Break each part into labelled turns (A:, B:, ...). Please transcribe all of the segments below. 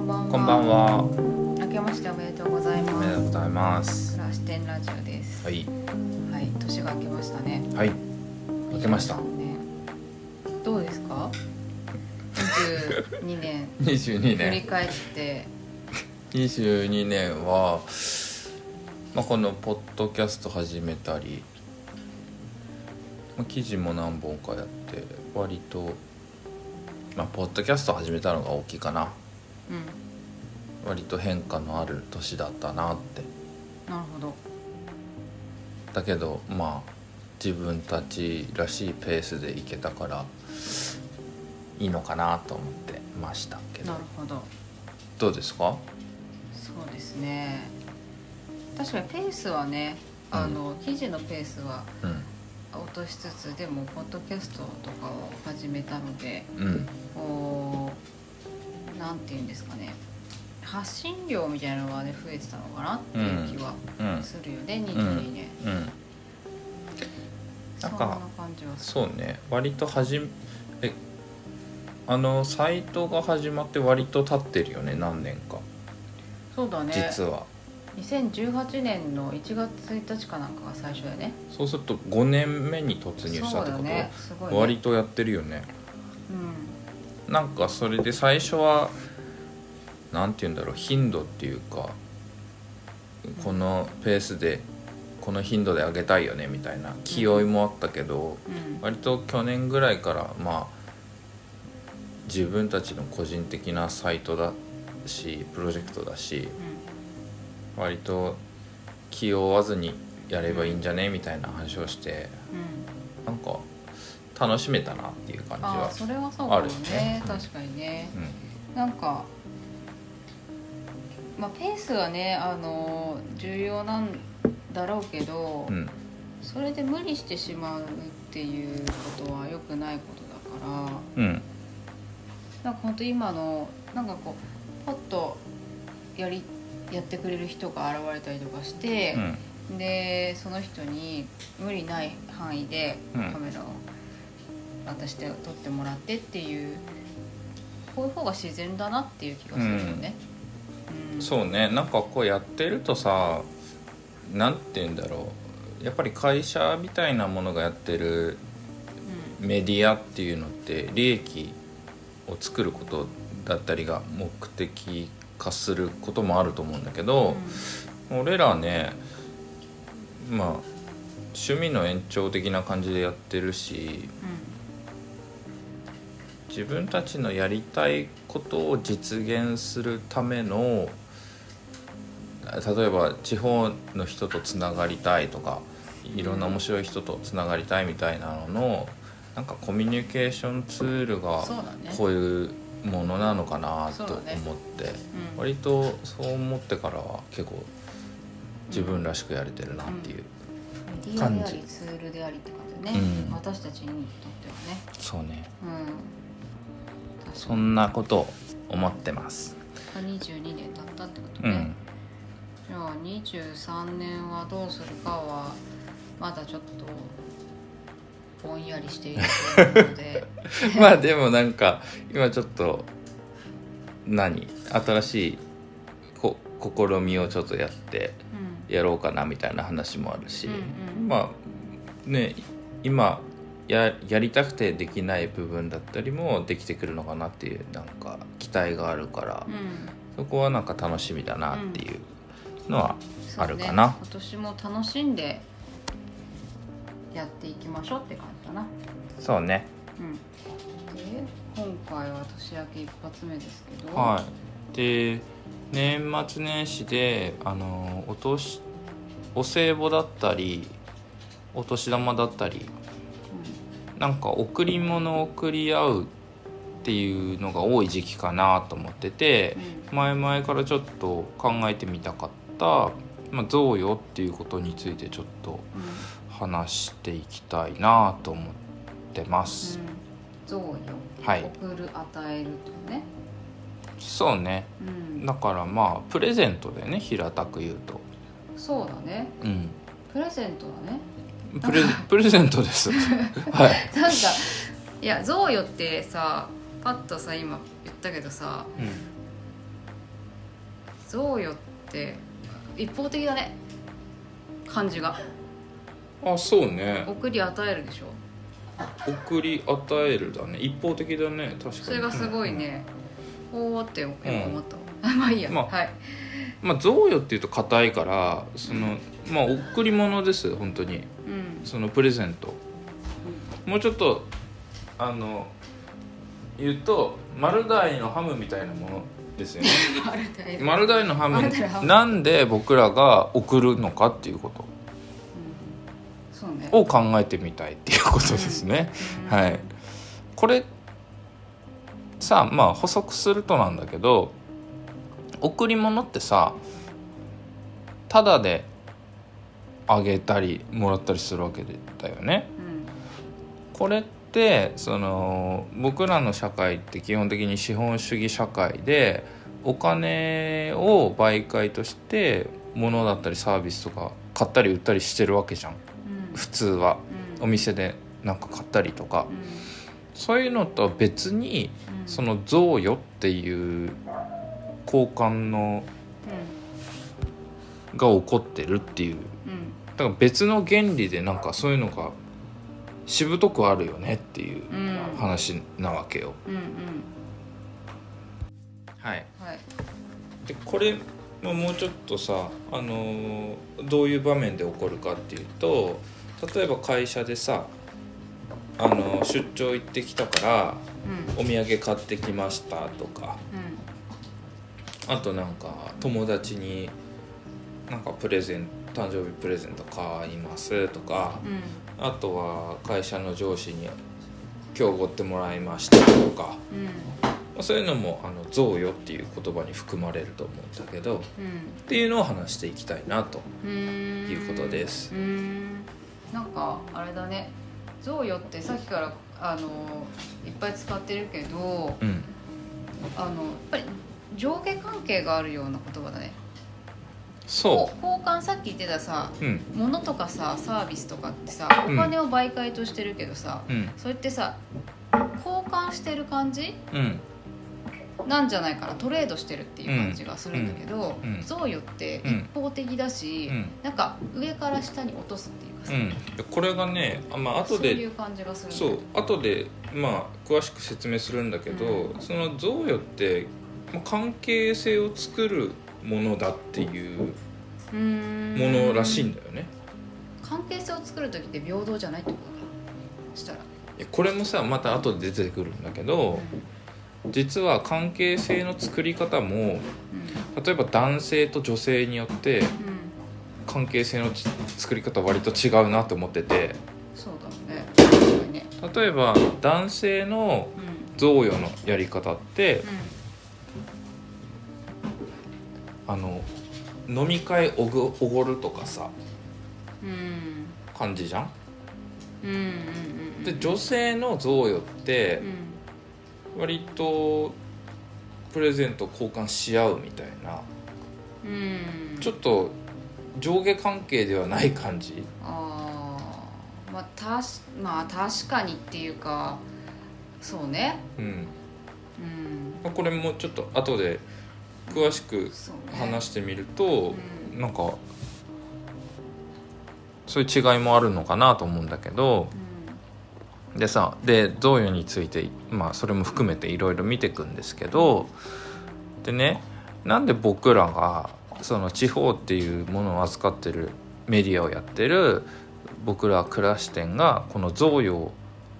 A: んは。
B: 明けましておめでとうござい
A: お
B: ま
A: めでとう
B: す
A: ございます
B: 暮。らし店ラジオです、
A: はいい。
B: はい、年が明けましたね
A: はい。明けました
B: 23年どうですか22年
A: 二十二
B: 振り
A: 年。
B: 返って
A: 二十二年は。まあ、このポッドキャスト始めたり。まあ、記事も何本かやって、割と。まあ、ポッドキャスト始めたのが大きいかな。
B: うん
A: 割と変化のある年だったなって。
B: なるほど
A: だけどまあ自分たちらしいペースでいけたからいいのかなと思ってましたけど
B: なるほど
A: どうですか
B: そうですね確かにペースはねあの、記事のペースは
A: うん
B: 落としつつでもポッドキャストとかを始めたので
A: うん
B: こうなんていうんですかね発信量みたいなのはね増えてたのかなっていう気は
A: うん
B: するよね、22年、
A: うん
B: そ
A: なんん
B: な
A: か
B: 感じはす
A: そうね割と始めえあのサイトが始まって割と経ってるよね何年か
B: るそうだね
A: 実は、
B: 2018年の1月1日かなんかが最初だよね
A: そうすると5年目に突入した
B: そ
A: っ
B: う
A: て
B: だ
A: こと、
B: ねすごいね
A: 割とやってるよね
B: うん
A: なんかそれで最初はなんて言うんだろう頻度っていうかこのペースでこの頻度で上げたいよねみたいな気負いもあったけど
B: うん
A: 割と去年ぐらいからまあ自分たちの個人的なサイトだしプロジェクトだし割と気負わずにやればいいんじゃねみたいな話をして
B: うんうん
A: なんか楽しめたなっていう感じ
B: あ
A: は
B: あ。それはそうかもね
A: あるよね
B: 確かにね
A: うん
B: なんか、まあ、ペースはねあの重要なんだろうけど、
A: うん
B: それで無理してしまうっていうことは良くないことだから
A: うん
B: なんか本当今のなんかこうポッとやりやってくれる人が現れたりとかして
A: う、ん
B: でその人に無理ない範囲で
A: う
B: カ
A: ん
B: メラを渡して撮ってもらってっていうこういう方が自然だなっていう気がするよね。うんう
A: そうねなんかこうやってるとさなんて言うんだろうやっぱり会社みたいなものがやってるメディアっていうのって利益を作ることだったりが目的化することもあると思うんだけ
B: ん
A: ど、俺らねまあ趣味の延長的な感じでやってるし自分たちのやりたいことを実現するための例えば地方の人とつながりたいとかいろんな面白い人とつながりたいみたいなののなんかコミュニケーションツール
B: うん
A: が
B: そうだね。
A: こういうものなのかな
B: そう
A: と
B: だ
A: 思っ
B: ね
A: て、
B: うん
A: 割とそう思ってからは結構自分らしくやれてるなっていう、
B: メディアでありツールでありって感じだね、
A: うん
B: 私たちにとってはね。
A: そうね
B: うん、
A: そんなことを思ってます。
B: 確かに22年経ったってこと
A: う
B: ね、
A: ん
B: じゃあ23年はどうするかはまだちょっとぼんやりしているということで
A: まあでもなんか今ちょっと何新しいこ試みをちょっとやってやろうかなみたいな話もあるし、
B: うんうん
A: まあね今ややりたくてできない部分だったりもできてくるのかなっていうなんか期待があるから、
B: うん、うん
A: そこはなんか楽しみだなっていうのは、
B: そうね
A: あるかな
B: 今年も楽しんでやっていきましょうって感じかな、
A: そうね
B: うん、で今回は年明け一発目ですけど、
A: はい、で年末年始であのお年お歳暮だったりお年玉だったりなんか贈り物を贈り合うっていうのが多い時期かなと思ってて
B: うんうん
A: 前々からちょっと考えてみたかった、まあ、贈与っていうことについてちょっと
B: うん
A: 話していきたいなと思ってます。
B: 贈与、
A: はい
B: 贈る与えるとね、
A: そうね
B: うん、
A: だからまあプレゼントだよね平たく言うと。
B: そうだね
A: うん
B: プレゼントだね
A: プレプレゼントです。はい。
B: なんかいや贈与ってさパッとさ今言ったけどさ贈与って一方的だね感じが
A: あそうね
B: 送り与えるでしょ
A: 送り与えるだね一方的だね確かに
B: それがすごいね、おおってよく思ったわ、 まあいいや、
A: まあ
B: はい
A: まあ、贈与っていうと硬いからその、まあ、贈り物です本当に
B: うん
A: そのプレゼントもうちょっとあの言うと丸大のハムみたいなものです よね
B: あるだよ
A: 丸大のハム
B: 丸大のハム
A: なんで僕らが贈るのかっていうこと
B: うんそうね
A: を考えてみたいっていうことですね、
B: うん
A: はいこれさあまあ補足するとなんだけど贈り物ってさただであげたりもらったりするわけだよね
B: うん
A: これってその僕らの社会って基本的に資本主義社会でお金を媒介として物だったりサービスとか買ったり売ったりしてるわけじゃん
B: うん
A: 普通は
B: うん
A: お店でなんか買ったりとか
B: うん
A: そういうのとは別に
B: うん
A: その贈与っていう交換のが起こってるってい
B: う
A: う
B: んうん
A: だから別の原理でなんかそういうのがしぶとくあるよねっていう
B: うん
A: 話なわけよ。
B: うん
A: はい、
B: うんはい
A: でこれまあもうちょっとさ、あのーどういう場面で起こるかっていうと例えば会社でさ、あのー出張行ってきたから
B: うん
A: お土産買ってきましたとか
B: うん
A: あとなんか友達になんかプレゼン誕生日プレゼント買いますとか
B: うん
A: あとは会社の上司に今日おごってもらいましたとか。
B: うん
A: まあそういうのもあの贈与っていう言葉に含まれると思うんだけどっていうのを話していきたいなと
B: うんうん
A: いうことです
B: うーんなんかあれだね贈与ってさっきからあのいっぱい使ってるけど
A: うん
B: あのやっぱり上下関係があるような言葉だね
A: そ
B: こう交換さっき言ってたさ
A: ううん
B: 物とかさサービスとかってさお
A: うん
B: 金を媒介としてるけどさ、
A: うん
B: それってさ交換してる感じ
A: うん
B: なんじゃないかなトレードしてるっていう感じがするんだけど、
A: うんうん
B: 贈与って一方的だし、
A: うん
B: なんか上から下に落とすっていうか
A: う
B: さ、
A: んこれがねあまあ
B: そ
A: 後
B: うい
A: で
B: う感じがするんだ
A: そう後でまあ詳しく説明するんだけどその贈与ってまあ関係性を作るものだっていう
B: うーん
A: ものらしいんだよね
B: 関係性を作る時って平等じゃないってことかしたら
A: いやこれもさまた後で出てくるんだけど実は関係性の作り方
B: う
A: も例えば男性と女性によって
B: ん、うん、
A: 関係性のち作り方割と違うなと思ってて
B: そうだね確かにね
A: 例えば男性の
B: うん
A: 贈与のやり方って
B: う
A: あの飲み会おごおごるとかさ
B: んうん
A: 感じじゃん
B: うんうんうん
A: で女性の贈与って割とプレゼント交換し合うみたいな
B: うんうん
A: ちょっと上下関係ではない感じ
B: あーまあたしまあ確かにっていうかそうね
A: うん
B: うん
A: これもちょっと後で詳しく
B: そうね
A: 話してみると、
B: う
A: なんかそういう違いもあるのかなと思うんだけどでさで贈与について、まあ、それも含めていろいろ見ていくんですけどでねなんで僕らがその地方っていうものを扱ってるメディアをやってる僕ら暮らし店がこの贈与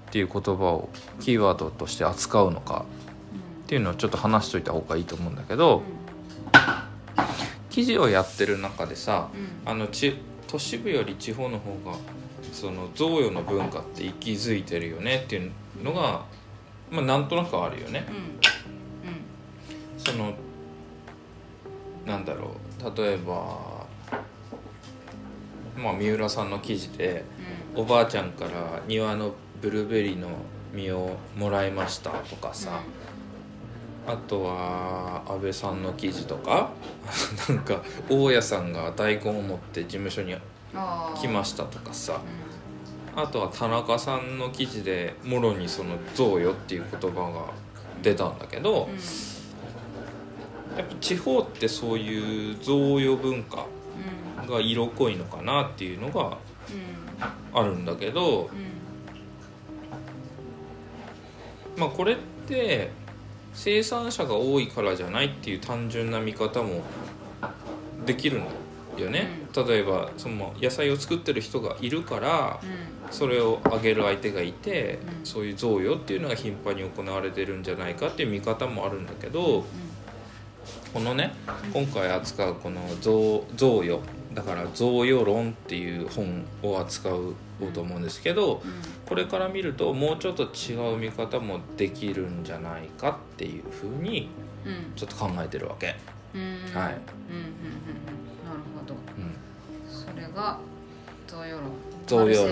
A: っていう言葉をキーワードとして扱うのかっていうのをちょっと話しといた方がいいと思うんだけど記事をやってる中でさあのち都市部より地方の方がその贈与の文化って息づいてるよねっていうのが、まあ、なんとなくあるよね。そのなんだろう例えば、まあ、三浦さんの記事でおばあちゃんから庭のブルーベリーの実をもらいましたとかさ、あとは安倍さんの記事とか なんか大家さんが大根を持って事務所に来ま
B: し
A: したとかさ
B: た
A: あとは田中さんの記事でもろにその「贈与」っていう言葉が出たんだけど、やっぱ地方ってそういう贈与文化
B: う
A: が色濃いのかなっていうのが
B: ん
A: あるんだけど、
B: うん
A: まあ、これって生産者が多いからじゃないっていう単純な見方もできるんだよね、例えばその野菜を作ってる人がいるから
B: うん
A: それをあげる相手がいて、
B: うん
A: そういう贈与っていうのが頻繁に行われてるんじゃないかっていう見方もあるんだけどこのね今回扱うこの贈贈与だから贈与論っていう本を扱おうと思うんですけど
B: うんうん
A: これから見るともうちょっと違う見方もできるんじゃないかっていうふうに
B: うん
A: ちょっと考えてるわけ。
B: うんう
A: はい
B: んうんうんうんなるほど
A: うん
B: それが贈与論
A: 贈与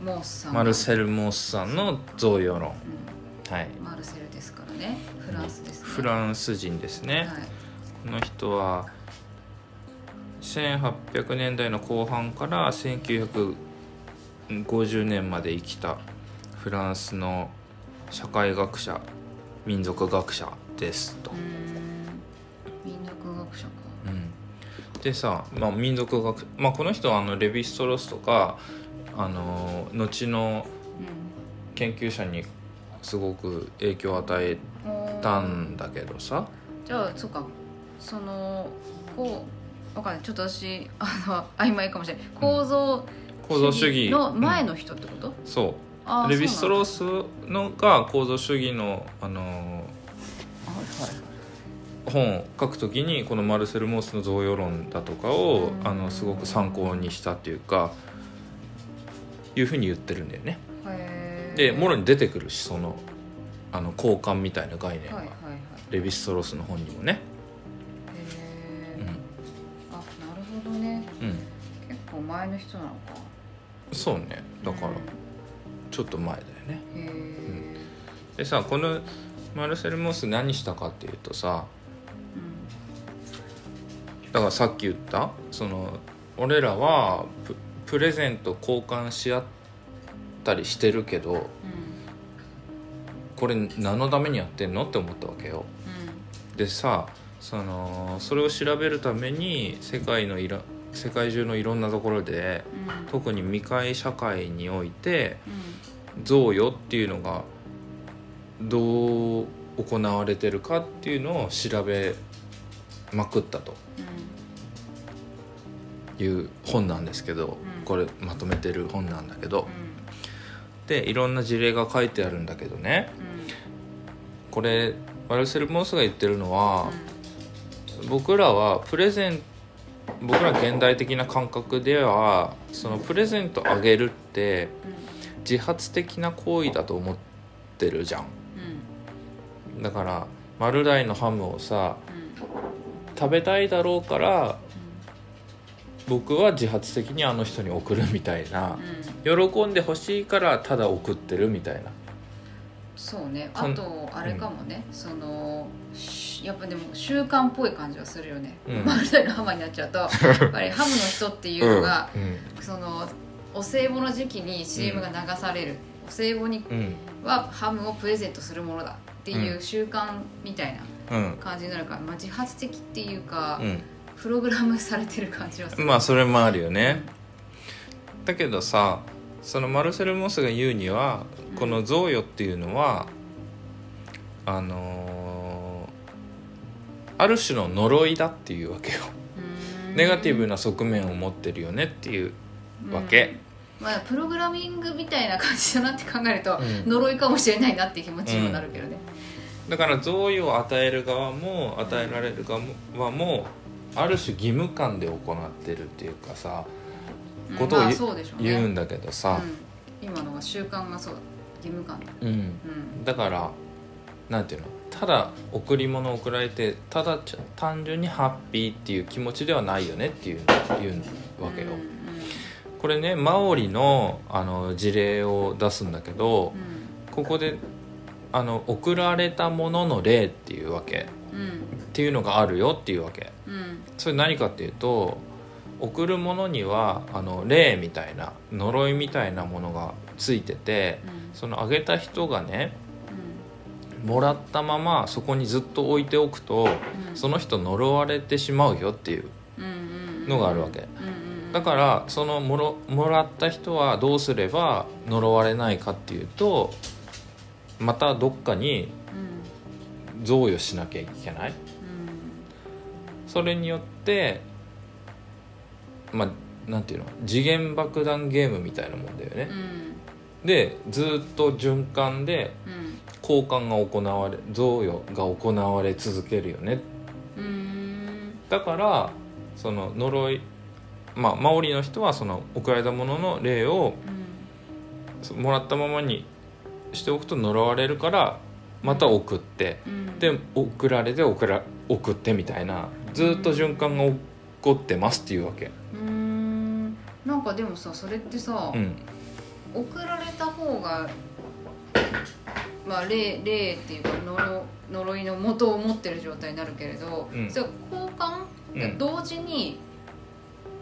A: 論
B: マルセル・モースさん
A: マルセル・モースさんの贈与論、
B: う
A: は
B: ん
A: い、
B: マルセルですからねフランスですね
A: フランス人ですね、
B: はい
A: この人は1800年代の後半から1950年まで生きたフランスの社会学者民族学者ですと
B: うー。ん民族学者か
A: うんでさ、まあ、民族学、まあ、この人はあのレヴィ・ストロースとかあの後の
B: う
A: 研究者にすごく影響を与え
B: んおー
A: たんだけどさ、
B: じゃあそうかそのこうわかんないちょっと私あの曖昧かもしれない構造
A: 構造主義
B: の前の人ってこと、
A: そう
B: あー
A: レヴィ・ストロー
B: そ
A: スのが構造主義の、あの
B: うなんだはいはい
A: ー本を書くときにこのマルセル・モースの贈与論だとかを、
B: うん
A: あのすごく参考にしたっていうかいうふうに言ってるんだよね。
B: へー
A: でもろに出てくるしそのあの交換みたいな概念が、
B: はいはいはい
A: レヴィ・ストロースの本にもね。
B: へ
A: う
B: ー
A: ん
B: あなるほどね
A: うん、
B: 結構前の人なのか
A: そうねだから
B: うん
A: ちょっと前だよね。
B: へえ、
A: でさこのマルセル・モース何したかっていうとさ
B: うん
A: だからさっき言ったその俺らはププレゼント交換し合ったりしてるけど
B: う
A: これ何のためにやってんのって思ったわけよ。
B: ん
A: でさそのそれを調べるために世界のいら世界中のいろんなところで
B: うんうん
A: 特に未開社会において
B: う
A: 贈与っていうのがどう行われてるかっていうのを調べまくったと。
B: んうん
A: いう本なんですけど、
B: うん
A: これまとめてる本なんだけど
B: う、ん
A: でいろんな事例が書いてあるんだけどねこれマルセル・モースが言ってるのは、僕らはプレゼン僕ら現代的な感覚ではそのプレゼントあげるって自発的な行為だと思ってるじゃんだから丸大のハムをさ食べたいだろうから僕は自発的にあの人に送るみたいな、喜んでほしいからただ送ってるみたいな
B: そうね
A: そ
B: あ
A: ん
B: とあれかもね、そのしやっぱでも習慣っぽい感じはするよね、
A: うん
B: マルセルハマになっちゃう とやっぱりハムの人っていうのが、
A: うん
B: そのお歳暮の時期に CM が流される、お歳暮に
A: うん
B: はハムをプレゼントするものだっていう習慣みたいな
A: うん
B: 感じになるから、まあ、自発的っていうか、
A: う
B: プログラムされてる感じはする
A: ん、まあそれもあるよねだけどさそのマルセル・モスが言うにはこの贈与っていうのはあのーある種の呪いだっていうわけよ
B: うん
A: ネガティブな側面を持ってるよねっていうわけ、
B: うんまあ、プログラミングみたいな感じだなって考えると、
A: うん
B: 呪いかもしれないなっていう気持ちにもなるけどね、
A: だから贈与を与える側も与えられる側もある種義務感で行ってるっていうかさ
B: うん
A: ことを
B: まあ
A: 言う
B: そうでしょうね
A: 言うんだけどさ、
B: うん今のは習慣がそうだ義務感
A: うん、
B: うん
A: だからなんていうのただ贈り物を贈られてただちゃ単純にハッピーっていう気持ちではないよねっていう言うわけよ
B: うんうん
A: これねマオリのあの事例を出すんだけどここであの贈られたものの例っていうわけ
B: うん
A: っていうのがあるよっていうわけ
B: うんうん
A: それ何かっていうと贈るものにはあの霊みたいな呪いみたいなものがついててそのあげた人がね
B: うん
A: もらったままそこにずっと置いておくと
B: うん
A: その人呪われてしまうよっていう
B: うんうんうん
A: のがあるわけ
B: うんうんうん
A: だからそのもろもらった人はどうすれば呪われないかっていうとまたどっかに
B: うん
A: 贈与しなきゃいけないそれによってまあなんていうの次元爆弾ゲームみたいなもんだよね
B: うんう、ん
A: でずっと循環で
B: うん
A: 交換が行われ贈与が行われ続けるよね
B: うーん
A: だからその呪いまあマオリの人はその送られたものの霊を
B: うん
A: そもらったままにしておくと呪われるからまた送って
B: うん
A: で送られて送ら送ってみたいなずっと循環が起こってますっていうわけ、
B: うーんなんかでもさそれってさ、
A: うん、
B: 送られた方がまあ霊霊っていうか呪呪いの元を持ってる状態になるけれど、
A: うん
B: それ交換、
A: うん
B: 同時に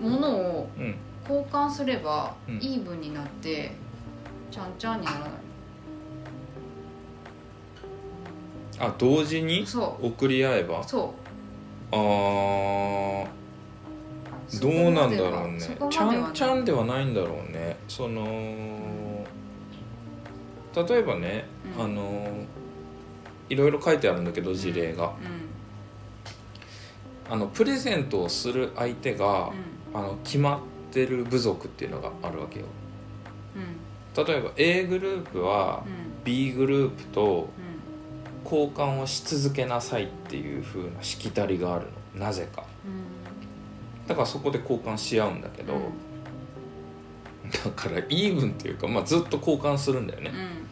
B: 物を
A: うん、
B: 交換すれば、
A: うん
B: イーブンになってちゃんちゃんにならない
A: あ同時に
B: そう
A: 送り合えば
B: そ
A: あ
B: う
A: ーどうなんだろうね
B: そこま
A: ち
B: で
A: ゃ
B: はそこまでは
A: んちゃんではないんだろうねその例えばね、
B: うん
A: あのいろいろ書いてあるんだけど事例が、あのプレゼントをする相手が、あの決まってる部族っていうのがあるわけよ
B: うんうん
A: 例えば A グループは
B: うん
A: B グループと交換をし続けなさいっていう風なしきたりがあるのなぜか
B: うんうん
A: だからそこで交換し合うんだけど、
B: うん
A: だからイーブンっていうか、まあ、ずっと交換するんだよね
B: うん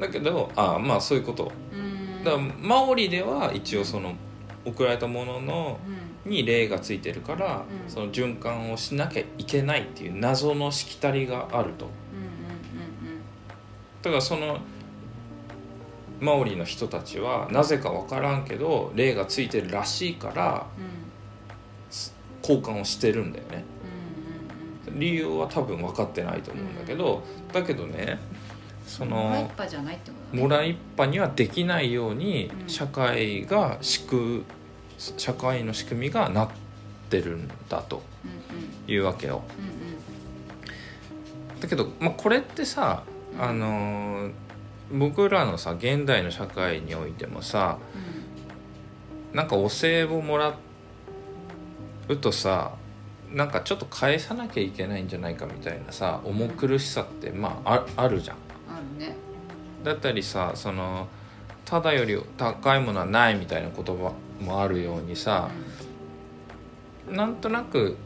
A: だけどああまあそういうこと
B: うんうん
A: だからマオリでは一応その送られたものの
B: うん
A: に霊がついてるから、
B: うん
A: その循環をしなきゃいけないっていう謎のしきたりがあると
B: うん
A: だからそのマオリの人たちはなぜか分からんけど霊がついてるらしいから
B: うんうんうんうん
A: 交換をしてるんだよね
B: うんうんうん
A: 理由は多分分かってないと思うんだけど、だけどねそ
B: もらいっ
A: の
B: ぱじゃないってことだね
A: もらいっぱにはできないように
B: うん
A: 社会が仕組社会の仕組みがなってるんだと
B: うんうん
A: いうわけよだけど、まあ、これってさ
B: うんうん
A: あのー僕らのさ現代の社会においてもさなんかお歳暮もらうとさなんかちょっと返さなきゃいけないんじゃないかみたいなさ重苦しさってまあああるじゃん。
B: うんあるね
A: だったりさそのただより高いものはないみたいな言葉もあるようにさなんとなく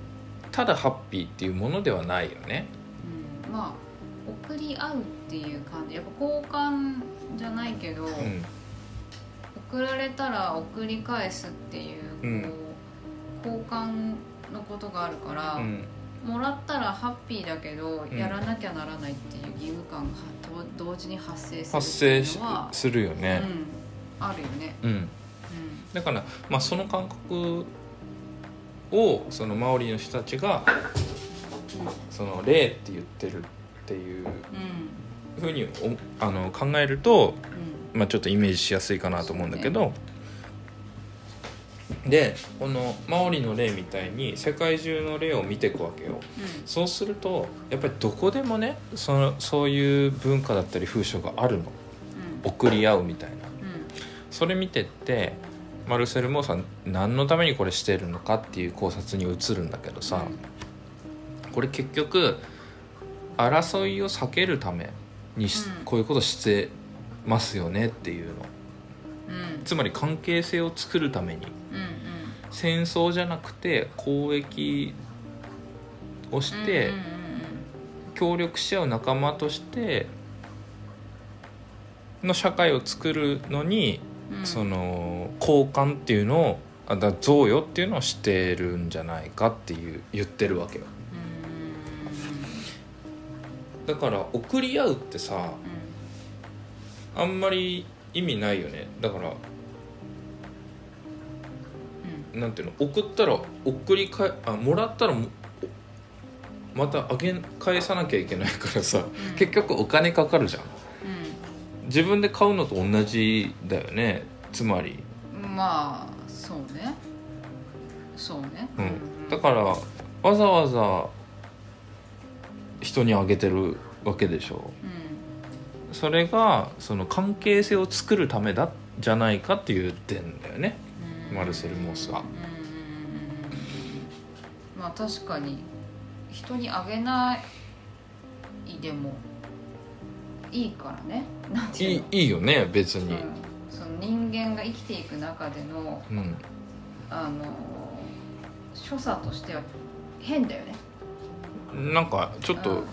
A: ただハッピーっていうものではないよね。
B: うん、うん、まあ送り合うっていう感じやっぱ交換じゃないけど、
A: うん
B: 送られたら送り返すっていうこう、交換のことがあるから、
A: うん
B: もらったらハッピーだけど、
A: ん
B: やらなきゃならないっていう義務感がはと同時に発生する
A: 発
B: って
A: 生
B: いう
A: し
B: のは、
A: するよ
B: う
A: ね。
B: ん、あるよね、
A: うん、だから、まあ、その感覚をそのマオリの人たちがその霊って言ってるっていう
B: うん
A: ふうにおあの考えると
B: うんうん
A: まあ、ちょっとイメージしやすいかなと思うんだけど、でこのマオリの例みたいに世界中の例を見ていくわけよ
B: う
A: そうするとやっぱりどこでもねそのそういう文化だったり風習があるの
B: ん
A: 送り合うみたいな
B: うんうん
A: それ見てってマルセルもさ何のためにこれしてるのかっていう考察に移るんだけどさ、これ結局争いを避けるためにし
B: うん
A: こういうことしてますよねっていうの
B: うんうん
A: つまり関係性を作るために
B: うん
A: 戦争じゃなくて交易をして
B: うんうん
A: 協力し合う仲間としての社会を作るのに
B: うんうん、
A: その交換っていうのをあだ贈与っていうのをしてるんじゃないかっていう言ってるわけよ
B: うん
A: だから送り合うってさあんまり意味ないよねだからなんていうの送ったら送りかえあもらったらもまたあげ返さなきゃいけないからさ
B: うん
A: 結局お金かかるじゃん
B: うんうん
A: 自分で買うのと同じだよねつまり、
B: まあそうねそうね
A: うん
B: うん
A: だからわざわざ人にあげてるわけでしょ
B: う
A: それがその関係性を作るためだじゃないかっていう点だよね
B: んうん
A: マルセル・モースは
B: うんうんうんうんうんまあ確かに人にあげないでもいいからねなんて
A: い
B: いう
A: いいいよね別
B: のう
A: に、
B: んその人間が生きていく中での
A: うん、
B: あの所作としては変だよね
A: なんかちょっと
B: うん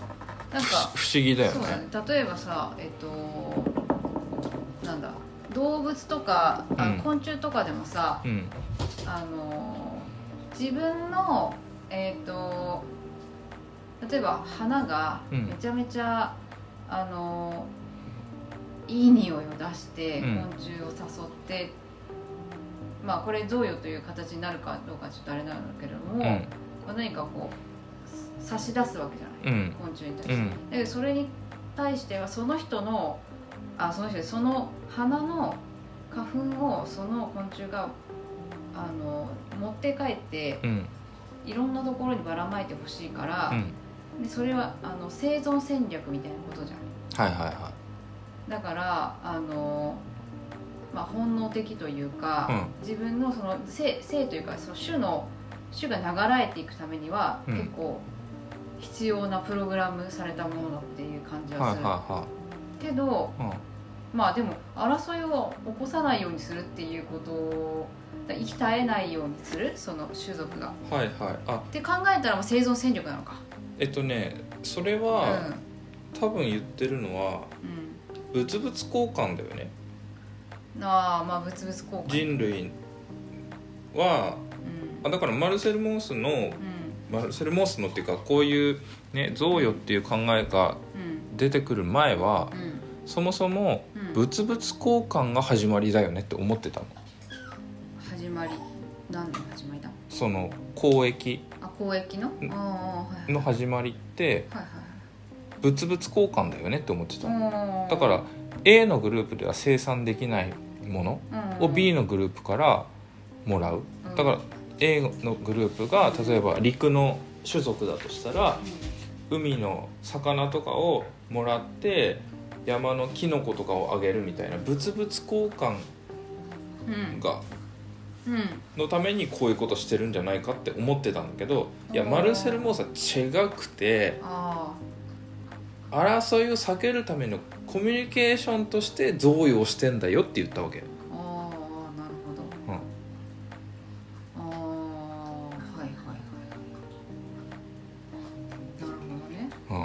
B: なん
A: 不
B: か
A: 不思議だよ
B: そうだ
A: ね
B: ね例えばさえっとなんだ動物とかあの
A: うん
B: 昆虫とかでもさ、
A: うん
B: あの自分のえっと例えば花が
A: うん
B: めちゃめちゃ、あのいい匂いを出して
A: うん
B: 昆虫を誘って、まあこれ贈与という形になるかどうかちょっとあれなんだけれども、
A: う
B: ま
A: ん
B: あ何かこう差し出すわけじゃない。
A: うん
B: 昆虫に対して
A: う、ん
B: でそれに対してはその人のあその人でその花の花粉をその昆虫があの持って帰って
A: うん
B: いろんなところにばらまいてほしいか
A: う
B: ら、
A: ん
B: でそれはあの生存戦略みたいなことじゃん
A: はいはいは
B: だからあの、まあ、本能的というか、自分のその性性というかその種の種が流らえていくためには、
A: うん
B: 結構必要なプログラムされたものだっていう感じ
A: い
B: は
A: はい
B: する、
A: は
B: けど
A: いはい
B: まあでも争いを起こさないようにするっていうことをだ生き絶えないようにするその種族が。
A: うんはいはいあ
B: って考えたらもう生存戦略なのか。
A: えっとねそれ
B: うん
A: は、多分言ってるのは
B: う
A: 物々交換だよね
B: ん、ああまあ物々交換。
A: 人類は
B: うん
A: あだからマルセル・モースのマルセル・モースのっていうかこういうね贈与っていう考えが
B: うん
A: 出てくる前は
B: うん
A: そもそも
B: うんうん、
A: 物々交換が始まりだよねって思ってたの
B: 始まり何年始まりだ
A: その交易
B: あ交易の
A: ん
B: ああはい
A: の始まりって
B: はい
A: 物々交換だよねって思ってたの
B: はい
A: だから A のグループでは生産できないもの
B: ら
A: を B のグループからもらう
B: うん
A: だから A のグループが例えば陸の種族だとしたら海の魚とかをもらって山のキノコとかをあげるみたいな物々交換
B: うん
A: が
B: うん
A: のためにこういうことしてるんじゃないかって思ってたんだけどいや
B: うん
A: マルセル・モースは違くて
B: あ
A: 争いを避けるためのコミュニケーションとして贈与をしてんだよって言ったわけ。
B: ーあーなるほど
A: うん
B: ああはいはいはいなるほどね、なるほど
A: うん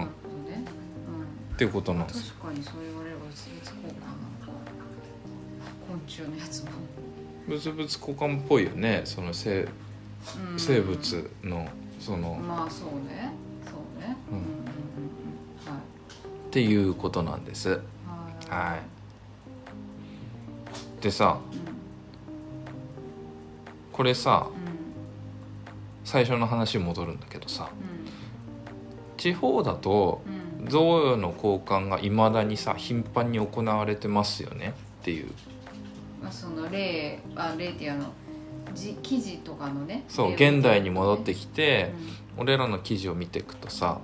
B: ね、うん、
A: っていうことなんです
B: 確かにそう言われれば物々交換なのか昆虫のやつも、
A: 物々交換っぽいよねその生
B: うん
A: 生物のその、っ
B: まあそうねそうね
A: うん
B: うんうんうんはい
A: ていうことなんですはいいでさこれさ
B: うん
A: 最初の話に戻るんだけどさ地方だと
B: うんうんうん
A: 贈与の交換がいまだにさ頻繁に行われてますよねっていう
B: まあその例あ例っていうあのじ記事とかのね
A: そう
B: 例
A: 現代に戻って
B: き
A: きて俺らの記事を見ていくとさ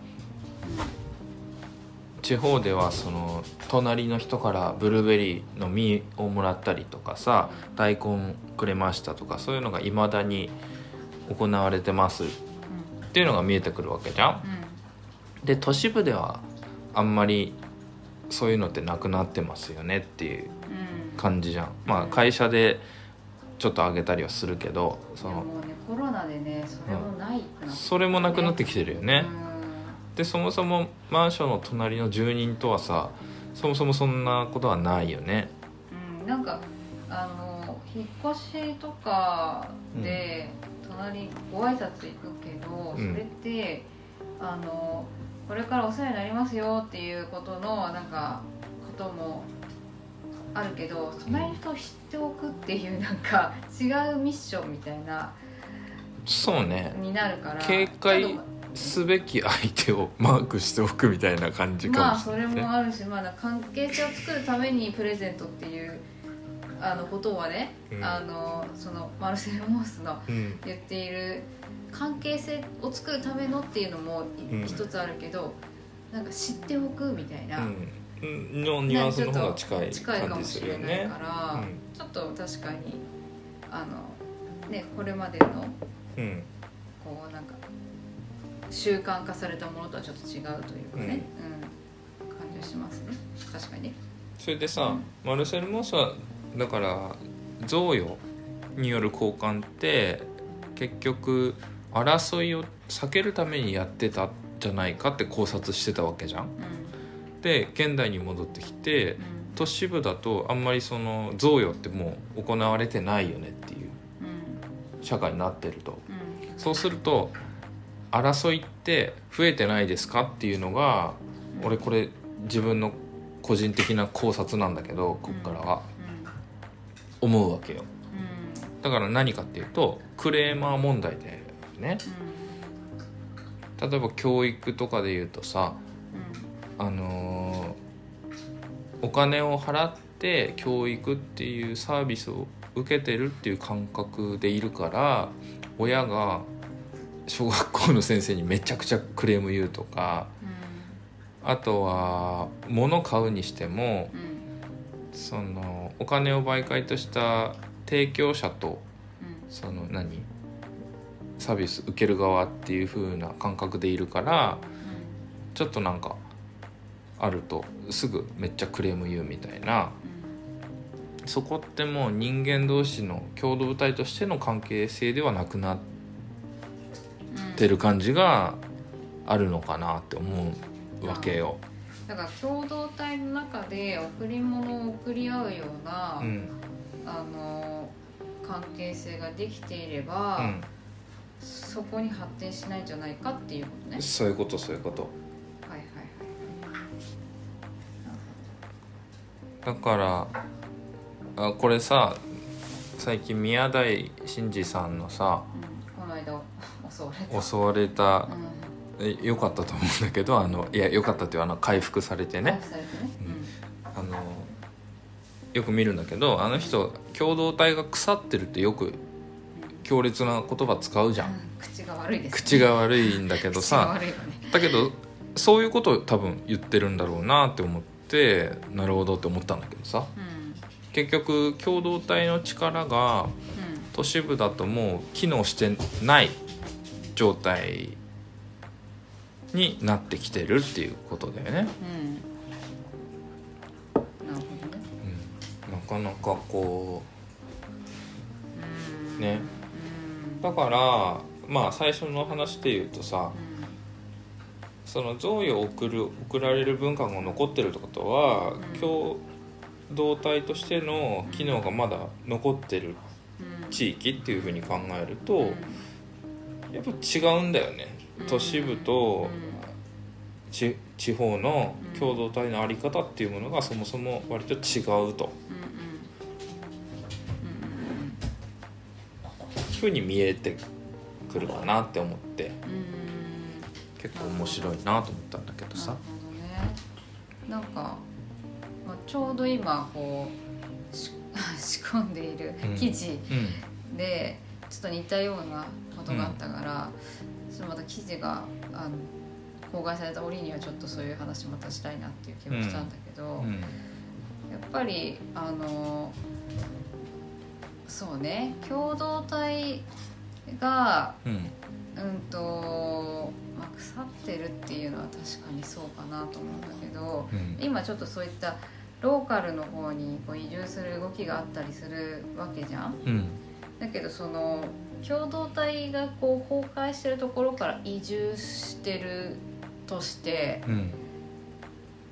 A: 地方ではその隣の人からブルーベリーの実をもらったりとかさ大根くれましたとかそういうのがいまだに行われてますっていうのが見えてくるわけじゃん。で都市部ではあんまりそういうのってなくなってますよねっていう感じじゃん。まあ会社でちょっと上げたりはするけどそ
B: も
A: の
B: もうねコロナでねそれもないってなって
A: それもなくなってきてるよね。でそもそもマンションの隣の住人とはさそもそもそんなことはないよね。
B: うん、うん、なんかあの引っ越しとかで隣ご挨拶行くけど、
A: うん
B: それってあのこれからお世話になりますよっていうことのなんかこともあるけど隣の人を知っておくっていうなんか違うミッションみたいな
A: そうね
B: になるから
A: 警戒
B: ちょっと
A: すべき相手をマークしておくみたいな感じ
B: ま
A: か
B: あ
A: もし
B: そ
A: れ
B: れ
A: ない、ね
B: もあるし、まあ、関係性を作るためにプレゼントっていうあのことはね、
A: うん
B: あのそのマルセル・モースの
A: うん
B: 言っている関係性を作るためのっていうのもい
A: うん
B: 一つあるけど、なんか知っておくみたいな、
A: うん、のニュアンスの方が近い
B: 近いか
A: 感
B: も
A: じす
B: し
A: るよ
B: れない
A: ね
B: か。
A: う
B: ら、
A: ん
B: ちょっと確かにあの、ね、これまでの
A: うん
B: こうなんか習慣化されたものとはちょっと違うというかね、うん感じはしますね確かにね。
A: それでさマルセル・モースはだから贈与による交換って結局争いを避けるためにやってたんじゃないかって考察してたわけじゃ
B: う
A: ん。で現代に戻ってきて
B: んうん
A: 都市部だとあんまりその贈与ってもう行われてないよねっていう
B: うん
A: 社会になってると。
B: う
A: そうすると争いって増えてないですかっていうのが
B: ん
A: 俺これ自分の個人的な考察なんだけどこっからは思うわけよ
B: うんうん
A: だから何かっていうとクレーマー問題でね例えば教育とかで言うとさあのーお金を払って教育っていうサービスを受けてるっていう感覚でいるから親が小学校の先生にめちゃくちゃクレーム言うとかあとは物買うにしても
B: うんうんうんうん
A: そのお金を媒介とした提供者とその何サービス受ける側っていう風な感覚でいるからちょっとなんかあるとすぐめっちゃクレーム言うみたいなそこってもう人間同士の共同体としての関係性ではなくなっ
B: うんうん
A: てる感じがあるのかなって思うわけよ。
B: だから共同体の中で贈り物を贈り合うような、
A: うん
B: あの関係性ができていれば、
A: う
B: そこに発展しないんじゃないかっていうことね
A: ん、。そういうことそういうこと。
B: はいはい
A: だからあこれさ最近宮台真司さんのさ
B: はい。うん、この間襲われた。
A: 襲われた
B: うん。
A: え良かったと思うんだけどあのいや良かったっていうあの回復されてね
B: 殺されてね。
A: あのよく見るんだけどあの人共同体が腐ってるってよく強烈な言葉使うじゃ
B: うん
A: ん。
B: 口が悪いです、ね。
A: 口が悪いんだけど
B: 口が
A: さ
B: 悪いよね。
A: だけどそういうことを多分言ってるんだろうなって思ってなるほどって思ったんだけどさ
B: うん。
A: 結局共同体の力が都市部だともう機能してない状態になってきてるっていうことだよね、
B: うん。うん。なるほどね。
A: なかなかこ
B: うん。
A: ねうだからまあ最初の話で言うとさその贈与を贈る贈られる文化が残ってるってことは
B: ん
A: 共同体としての機能がまだ残ってる
B: うん。うん。うん。
A: 地域っていうふうに考える
B: う
A: と
B: ん
A: やっぱ違うんだよね都市部とち地方の共同体の在り方っていうものがそもそも割と違うと
B: うんうん
A: いうふうに見えてくるかなって思って
B: うんうんうんうん
A: 結構面白いなと思ったんだけ
B: な
A: どさ
B: る。ほどねなんか、まあ、ちょうど今こうし 仕込んでいる
A: うん
B: 記事
A: うん
B: でちょっと似たようなことがあったから、ちょっとまた記事があの公開された折にはちょっとそういう話またしたいなっていう気もしたんだけど、
A: うん
B: やっぱりあのそうね共同体が
A: うん
B: うんと、まあ、腐ってるっていうのは確かにそうかなと思うんだけど
A: うん
B: 今ちょっとそういったローカルの方にこう移住する動きがあったりするわけじゃん
A: うん
B: だけどその共同体がこう崩壊してるところから移住してるとして
A: うん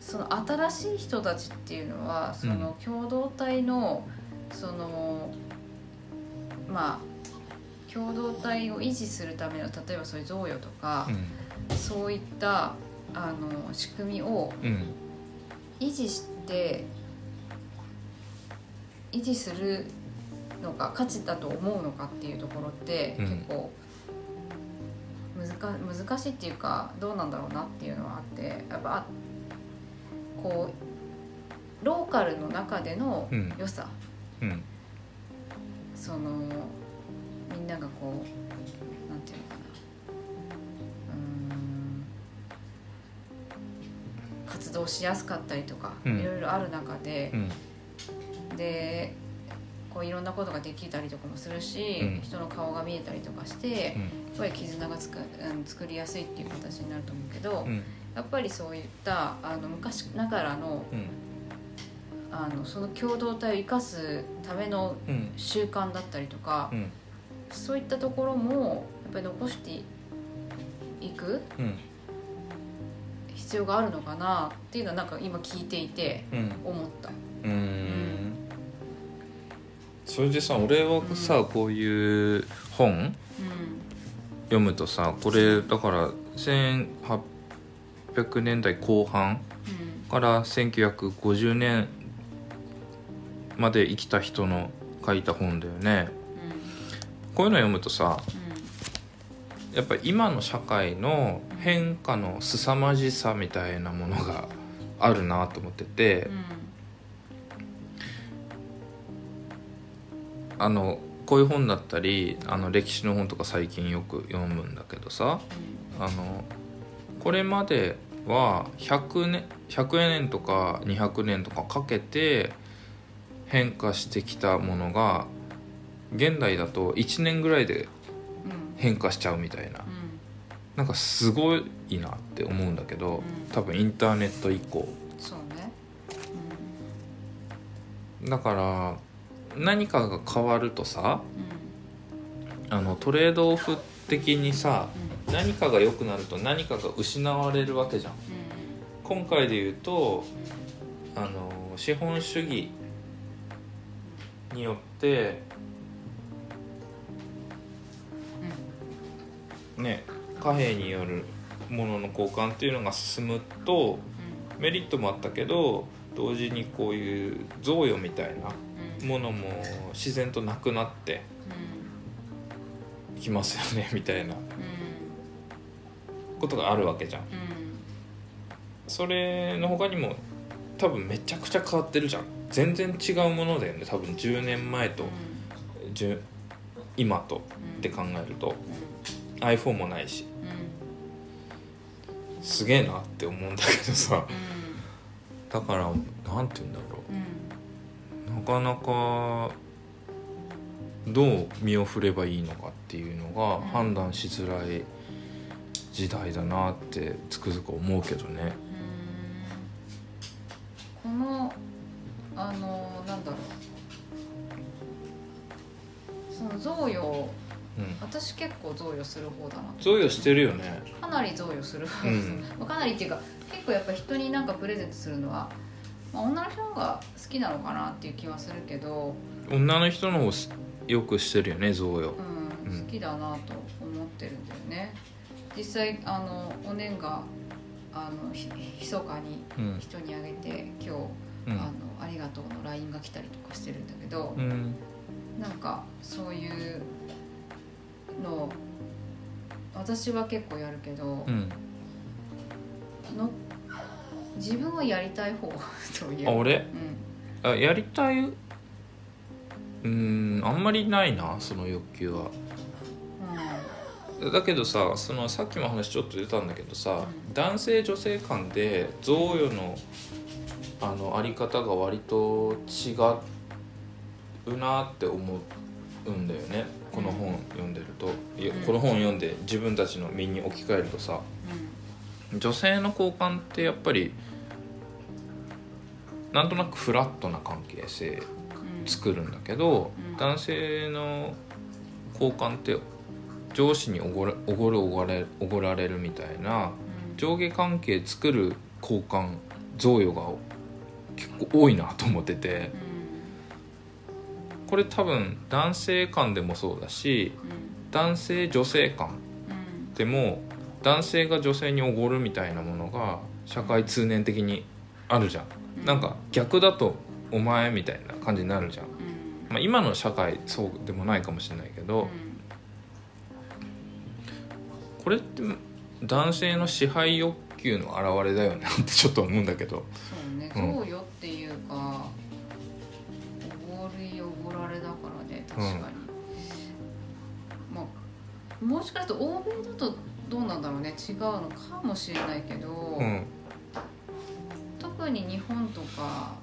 B: その新しい人たちっていうのはその共同体のそのまあ共同体を維持するための例えばそういう贈与とか、そういったあの仕組みを
A: うん
B: 維持して維持するのか価値だと思うのかっていうところって
A: うん
B: 結構か難しいっていうかどうなんだろうなっていうのはあってやっぱあこうローカルの中での
A: うん
B: 良さ、
A: うん
B: そのみんながこうなんていうのかなうーん活動しやすかったりとか、
A: うん
B: いろいろある中で
A: う、ん
B: でこういろんなことができたりとかもするし、
A: うん
B: 人の顔が見えたりとかして、
A: うん
B: やっぱり絆がつく、うん、作りやすいっていう形になると思うけど、
A: うん
B: やっぱりそういったあの昔ながらの
A: うん
B: あのその共同体を生かすための
A: うん
B: 習慣だったりとか、
A: うん
B: そういったところもやっぱり残していく
A: うん
B: 必要があるのかなっていうのはなんか今聞いていて
A: うん
B: 思った。
A: うーんそれでさ俺はさ、
B: う
A: こういう本
B: う
A: 読むとさこれだから1800年代後半
B: ん
A: から1950年まで生きた人の書いた本だよね
B: うん
A: こういうの読むとさ
B: う
A: やっぱ今の社会の変化の凄まじさみたいなものがあるなと思ってて、
B: ん
A: あのこういう本だったりあの歴史の本とか最近よく読むんだけどさあのこれまでは100年 ,100 年とか200年とかかけて変化してきたものが現代だと1年ぐらいで
B: うんうん
A: 変化しちゃうみたいななんかすごいなって思うんだけど
B: うん
A: 多分インターネット以降
B: うんそうね。
A: だから何かが変わるとさ
B: うんうん
A: あのトレードオフ的にさ何かが良くなると何かが失われるわけじゃん
B: う
A: 今回で言うと
B: んうん
A: あの資本主義によってね貨幣によるものの交換っていうのが進むとメリットもあったけど同時にこういう贈与みたい
B: う
A: な
B: んうんうん
A: ものも自然となくなってきますよね みたいなことがあるわけじゃんそれの他にも多分めちゃくちゃ変わってるじゃん全然違うものだよね多分10年前と10今と
B: うん
A: って考える
B: う
A: と
B: ん
A: iPhone もないし
B: うん
A: すげえなって思うんだけどさだから何て言うんだろ
B: うん
A: うなかなかどう身を振ればいいのかっていうのが判断しづらい時代だなってつくづく思うけどね。
B: うーんこのあのなんだろうその贈与
A: うん、
B: 私結構贈与する方だな
A: 贈与してるよね。
B: かなり贈与する方
A: う
B: で
A: ん
B: す、かなりっていうか結構やっぱ人になんかプレゼントするのは、まあ、女の人の方が好きなのかなっていう気はするけど、
A: 女の人の方すよくしてるよね贈与。
B: うん
A: うん
B: 好きだなと思ってるんだよね実際あのおねんがあのひ密かに
A: うん
B: 人にあげて今日
A: う
B: あの
A: ん
B: 「ありがとう」の LINE が来たりとかしてるんだけど
A: う、ん
B: なんかそういうの私は結構やるけど、
A: うん、
B: の自分はやりたい方 という
A: あ俺
B: うん
A: あやりたいうーんあんまりないなその欲求はだけどさそのさっきも話ちょっと出たんだけどさ
B: う
A: 男性女性間で贈与のあのあり方が割と違うなって思うんだよねこの本読んでると、いや
B: うん
A: この本読んで自分たちの身に置き換えるとさ女性の交換ってやっぱりなんとなくフラットな関係性
B: うんうん
A: 作るんだけど、
B: うん
A: 男性の交換って上司におごるおごるおごれおごられるみたいな
B: うん
A: 上下関係作る交換贈与が結構多いなと思っててこれ多分男性間でもそうだし
B: うん
A: 男性女性間
B: うん
A: でも男性が女性におごるみたいなものが社会通念的にあるじゃん。
B: うん
A: なんか逆だとお前みたいな感じになるじゃん。
B: うん
A: まあ、今の社会そうでもないかもしれないけ
B: う
A: ど、
B: ん
A: ここれって男性の支配欲求の表れだよねってちょっと思うんだけど
B: そうね
A: うん
B: 贈与っていうかおごりおごられだからね確かに、まあもしかすると欧米だとどうなんだろうね違うのかもしれないけど、
A: うん
B: 特に日本とか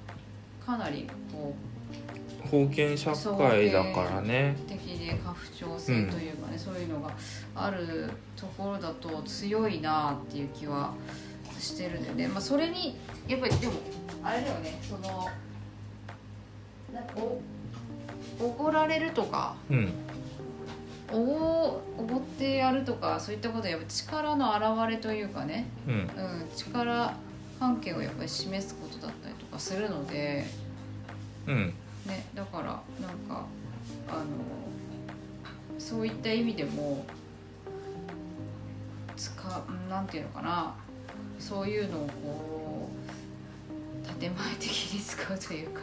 B: かなりこ
A: 封建社会だからね
B: う的で過不調性というかね、そういうのがあるところだと強いなっていう気はしてるんだよね、まあ、それにやっぱりでもあれだよねそのなんかおおごられるとか
A: うん
B: おごおごってやるとかそういったことはやっぱ力の表れというかね
A: うん
B: うん、力関係をやっぱり示すことだったりとかするので、
A: うん
B: ね、だからなんかあのそういった意味でもつかうんなんていうのかなそういうのをこう建前的に使うというか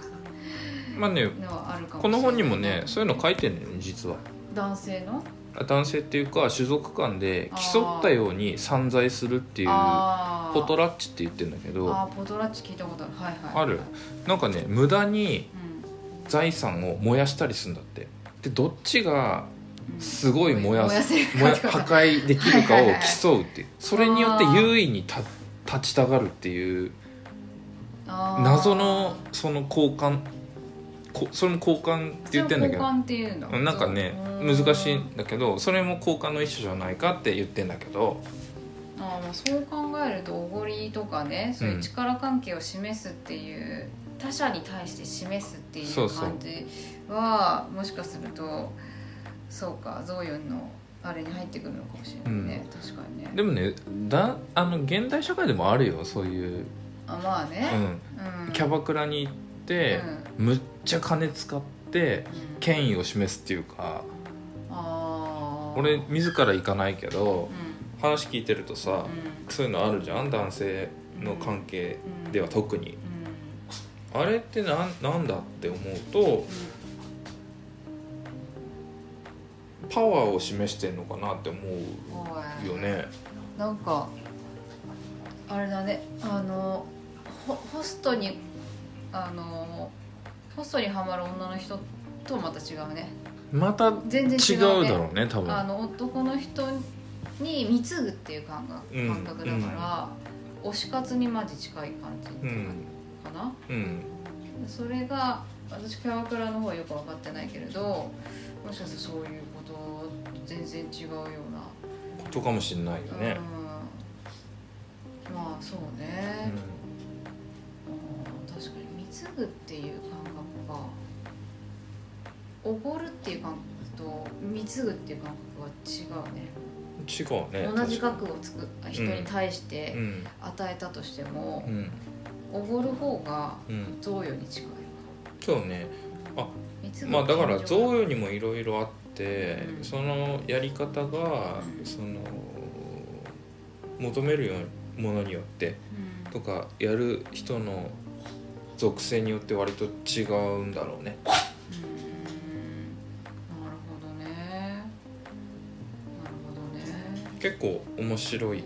A: まあね
B: のはあるかもしれない
A: この本にもねそういうの書いてんのよ実は
B: 男性の
A: 男性っていうか種族間で競ったように散在するっていう
B: あー
A: ポトラッチって言ってんだけど
B: あーポトラッチ聞いたことあるはいはい
A: あるなんかね無駄に
B: うん
A: 財産を燃やしたりするんだってでどっちが
B: うん
A: すごい燃やす
B: 燃やせる
A: 燃や
B: ってこと
A: 破壊できるか
B: は
A: を
B: いはいはい
A: 競うっていうそれによって優位に立立ちたがるっていう
B: あー
A: 謎のその交換こそれも交換って言ってんだけ
B: それ
A: ど
B: を交換っていうの
A: なんかね難しいんだけどそれも交換の一種じゃないかって言ってんだけど
B: あーまあそう考えるとおごりとかねそういう力関係を示すっていう、他者に対して示すってい
A: そう
B: う
A: そう
B: 感じはもしかするとそうか贈与のあれに入ってくるのかもしれないね、確かにね
A: でもねだあの現代社会でもあるよそういう、
B: あまあ
A: う
B: ね、
A: ん、
B: うん
A: キャバクラに行って
B: うんうん
A: むっちゃ金使って権威を示すっていうか
B: あー
A: 俺
B: うん
A: 自ら行かないけど話聞いてるとさ
B: う
A: そういうのあるじゃん男性の関係
B: ん
A: では特に
B: うんうん
A: あれってなんなんだって思うとパワーを示してんのかなって思う
B: おい
A: よね
B: なんかあれだねあのホホストにあのホストにハマる女の人とまた違うね
A: また違
B: 全然違
A: う
B: う,、ね、
A: だろうね多分
B: あの男の人に貢ぐっていう感が
A: うん
B: 感覚だから、推し活にマジ近い感じ
A: う
B: か
A: ん
B: な、
A: うん
B: それが私キャバクラの方はよく分かってないけれどもしかしたらそういうこと全然違うような
A: ことかもしれないよね、
B: うん、まあそうね、うん確かに貢ぐっていう感覚がおごるっていう感覚と貢ぐっていう感覚は違うね
A: うん違うね
B: 同じ
A: 確か
B: 額をつく人に対して
A: にうん
B: 与えたとしても
A: う、ん
B: おごる方が
A: うん
B: 贈与に近い
A: そうね
B: 貢ぐ
A: まあ
B: は
A: だから
B: 感情
A: 贈与にもいろいろあって、
B: うん
A: そのやり方が
B: うん
A: その求めるようものによって
B: うん
A: とかやる人の属性によって割と違うんだろうね
B: うーんなるほどねなるほどね
A: 結構面白いね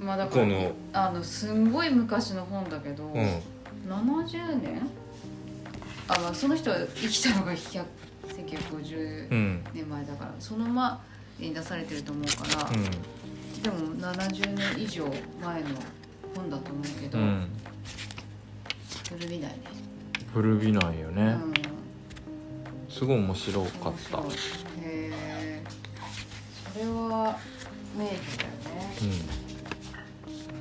B: まあだか
A: こ
B: ら
A: の
B: あのすんごい昔の本だけど、
A: うん
B: 70年あまあその人は生きたのが100 1950
A: うん
B: 年前だからその前に出されてると思うから、でも70年以上前の本だと思うけ
A: う
B: ど、
A: ん
B: 古美大ね、
A: 古びないよ
B: うん、
A: ね
B: 面
A: すごい面白かった
B: 白いへえそれは名義だよね
A: う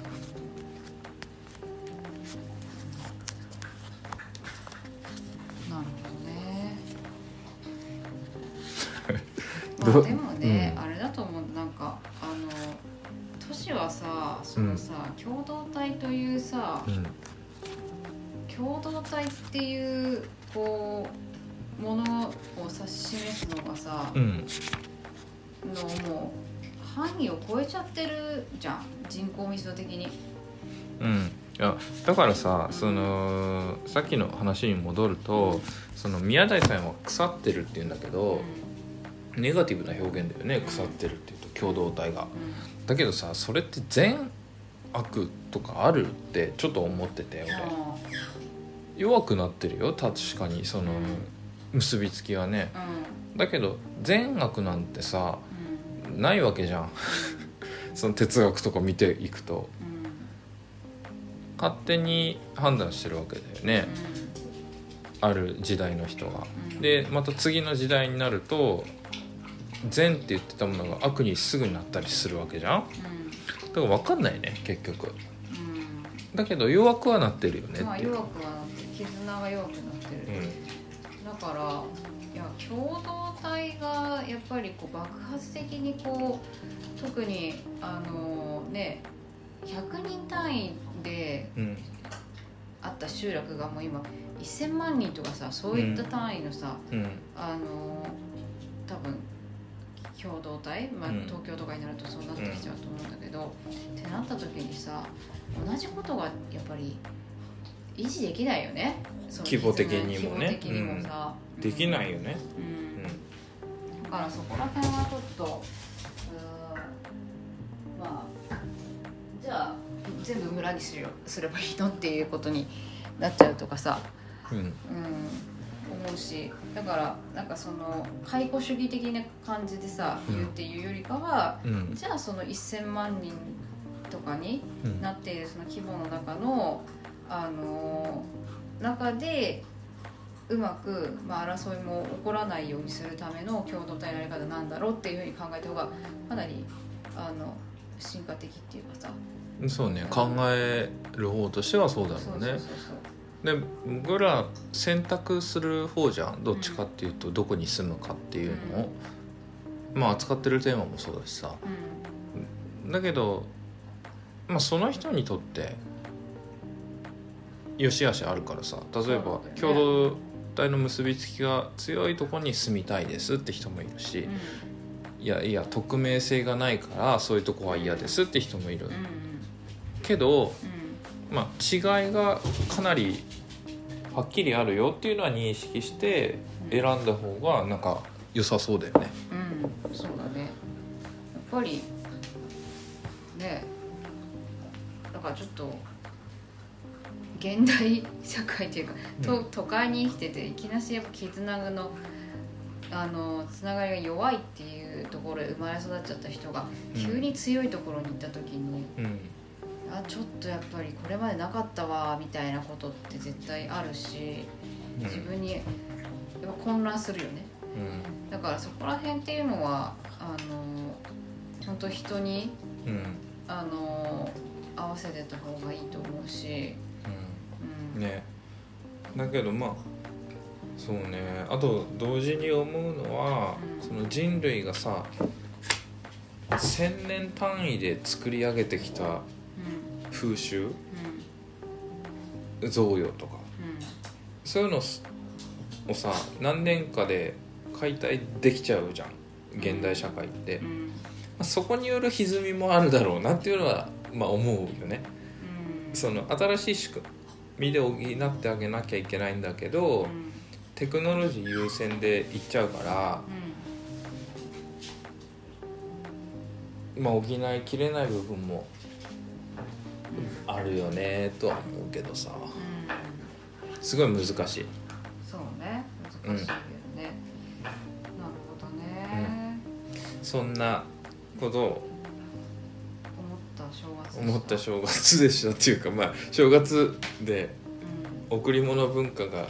B: なるほどね
A: ど
B: まあでもね、
A: うん
B: あれだと思うなんかあの都市はさそのさ、共同体というさ
A: ん
B: 共同体っていうこうものを指し示すのがさ、
A: うん
B: のもう範囲を超えちゃってるじゃん人口密度的に。
A: うんいやだからさそのさっきの話に戻るとその宮台さんは腐ってるって言うんだけどネガティブな表現だよね腐ってるっていうと共同体がだけどさそれって善悪とかあるってちょっと思ってて俺
B: あ
A: 弱くなってるよ確かにその結びつきはね
B: ーうん
A: だけど善悪なんてさないわけじゃん その哲学とか見ていくと
B: うんうん
A: 勝手に判断してるわけだよねある時代の人が。
B: うん
A: でまた次の時代になると善って言ってたものが悪にすぐになったりするわけじゃん
B: う
A: だから分かんないね結局
B: んうん
A: だけど弱くはなってるよね
B: まあ
A: っていう、
B: 弱くはなって絆が弱くなってる、だからいや共同体がやっぱりこう爆発的にこう特にあのね100人単位で
A: うんうん
B: あった集落がもう今1,000万人とかさそういった単位のさ、
A: うん
B: あの多分共同体、まあ、
A: うん
B: 東京とかになるとそうなってきちゃうと思うんだけど、ってなった時にさ同じことがやっぱり維持できないよねその
A: 規模的にも
B: 規
A: ね
B: 模的にもさ、、
A: できないいよね、
B: う
A: うんん、
B: だからそこら辺はちょっとうーんまあじゃあ全部村にするよすればいいのっていうことになっちゃうとかさ
A: うん
B: うん、思うしだからなんかその解雇主義的な感じでさ、
A: うん
B: 言うっていうよりかは
A: うん
B: じゃあその1,000万人とかに
A: うん
B: なっているその規模の中の、あのー中でうまく、まあ、争いも起こらないようにするための共同体のやり方なんだろうっていうふうに考えた方がかなりあの進化的っていうかさ
A: そうね考える方としてはそうだろうね
B: そうそうそう
A: で僕ら選択する方じゃんどっちかっていうとどこに住むかっていうのを、まあ扱ってるテーマもそうだしさ
B: そう、
A: だけど、まあ、その人にとって良し悪しあるからさ例えば
B: そうだよね
A: 共同体の結びつきが強いとこに住みたいですって人もいるし
B: うんうん
A: いやいや匿名性がないからそういうとこは嫌ですって人もいる
B: うん
A: けど、
B: うん
A: まあ、違いがかなりはっきりあるよっていうのは認識して選んだ方がなんか良さそうだよね。
B: うんそうだねやっぱりねだからちょっと現代社会というか、と
A: うん
B: 都会に生きてていきなしやっぱ絆のあのつながりが弱いっていうところで生まれ育っちゃった人が
A: うん
B: 急に強いところに行った時に、
A: うん
B: あちょっとやっぱりこれまでなかったわみたいなことって絶対あるし
A: うん
B: 自分にやっぱ混乱するよね。だからそこら辺っていうのはあの本当人に
A: うんうん
B: あの合わせてた方がいいと思うし、
A: うん
B: うん
A: ねだけどまあそうねあと同時に思うのは
B: うん
A: その人類がさ1,000年単位で作り上げてきた
B: うん
A: 風習
B: う
A: 贈与とか
B: んうん
A: そういうのすをさ何年かで解体できちゃうじゃん現代社会って、
B: う
A: ま
B: ん
A: あそこによる歪みもあるだろうなっていうのは、まあ、思うよね。
B: うん
A: その新しい仕組みで補ってあげなきゃいけないんだけど、
B: うんうん
A: テクノロジー優先でいっちゃうから、まあ、補いきれない部分もあるよねとは思うけどさ
B: うん
A: すごい難しい、
B: そうね難しいけどね、なるほどね、
A: そんなことを
B: 思った正月
A: 思った正月でしたっていうかまあ正月で贈り物文化が
B: う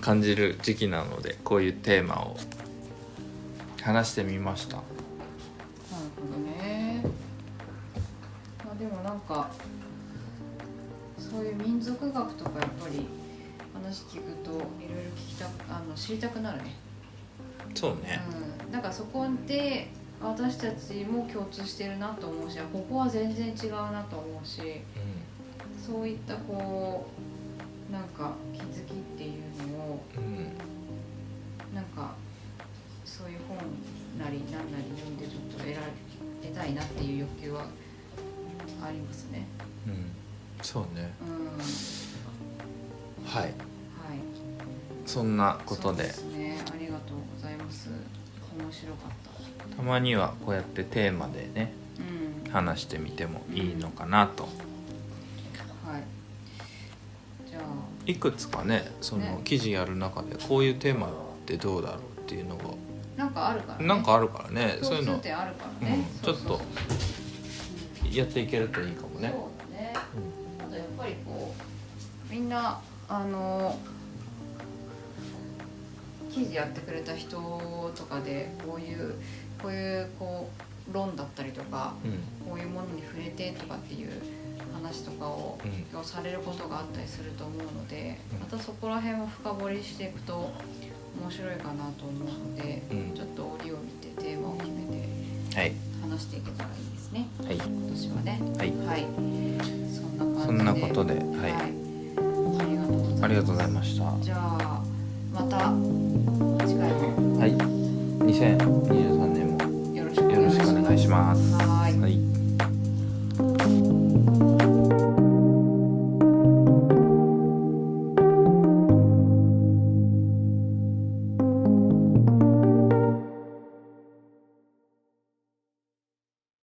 A: 感じる時期なのでこういうテーマを話してみました
B: ん、うん、なるほどねまあでもなんかそういう民族学とかやっぱり話聞くといろいろ聞きたあの知りたくなるね、
A: そうね
B: うん、だからそこで私たちも共通してるなと思うしあここは全然違うなと思うしそういったこうなんか気づきっていうのを
A: うん、うん、
B: なんかそういう本なりなんなり読んでちょっと得られたいなっていう欲求はありますね。
A: うん、そうね
B: うん、はい。
A: はいそんなことで
B: そうすねありがとうございます面白かった
A: たまにはこうやってテーマでね
B: うん
A: 話してみてもいいのかなと、
B: はいじゃあ
A: いくつかねその
B: ね
A: 記事やる中でこういうテーマってどうだろうっていうの
B: なんかあるから、
A: が
B: ね、
A: なんかあるからねそ
B: 共
A: ういう
B: 通
A: の、
B: 点あるから
A: うん
B: ね、
A: ち
B: そ
A: ょ
B: う
A: っ
B: そう
A: とやっていけるといいかもね。
B: そうだねあとやっぱりこうみんなあの記事やってくれた人とかでこういうこういうこう論だったりとか
A: うん
B: こういうものに触れてとかっていう話とかを
A: うん
B: をされることがあったりすると思うので
A: うん
B: またそこら辺を深掘りしていくと面白いかなと思うので、
A: うん
B: ちょっと折を見てテーマを決めて
A: はい
B: 話していけたらいいですね
A: はい
B: 今年はね。
A: はい
B: はい、そんな感じで。
A: そんなことで、はい、
B: ありがとうございます。
A: ありがとうございました。は
B: じゃあ、また次回も
A: い、2023年も
B: よろしくお
A: よ
B: 願
A: ろ
B: いし
A: しくお
B: ま。
A: 願いしますす。
B: はい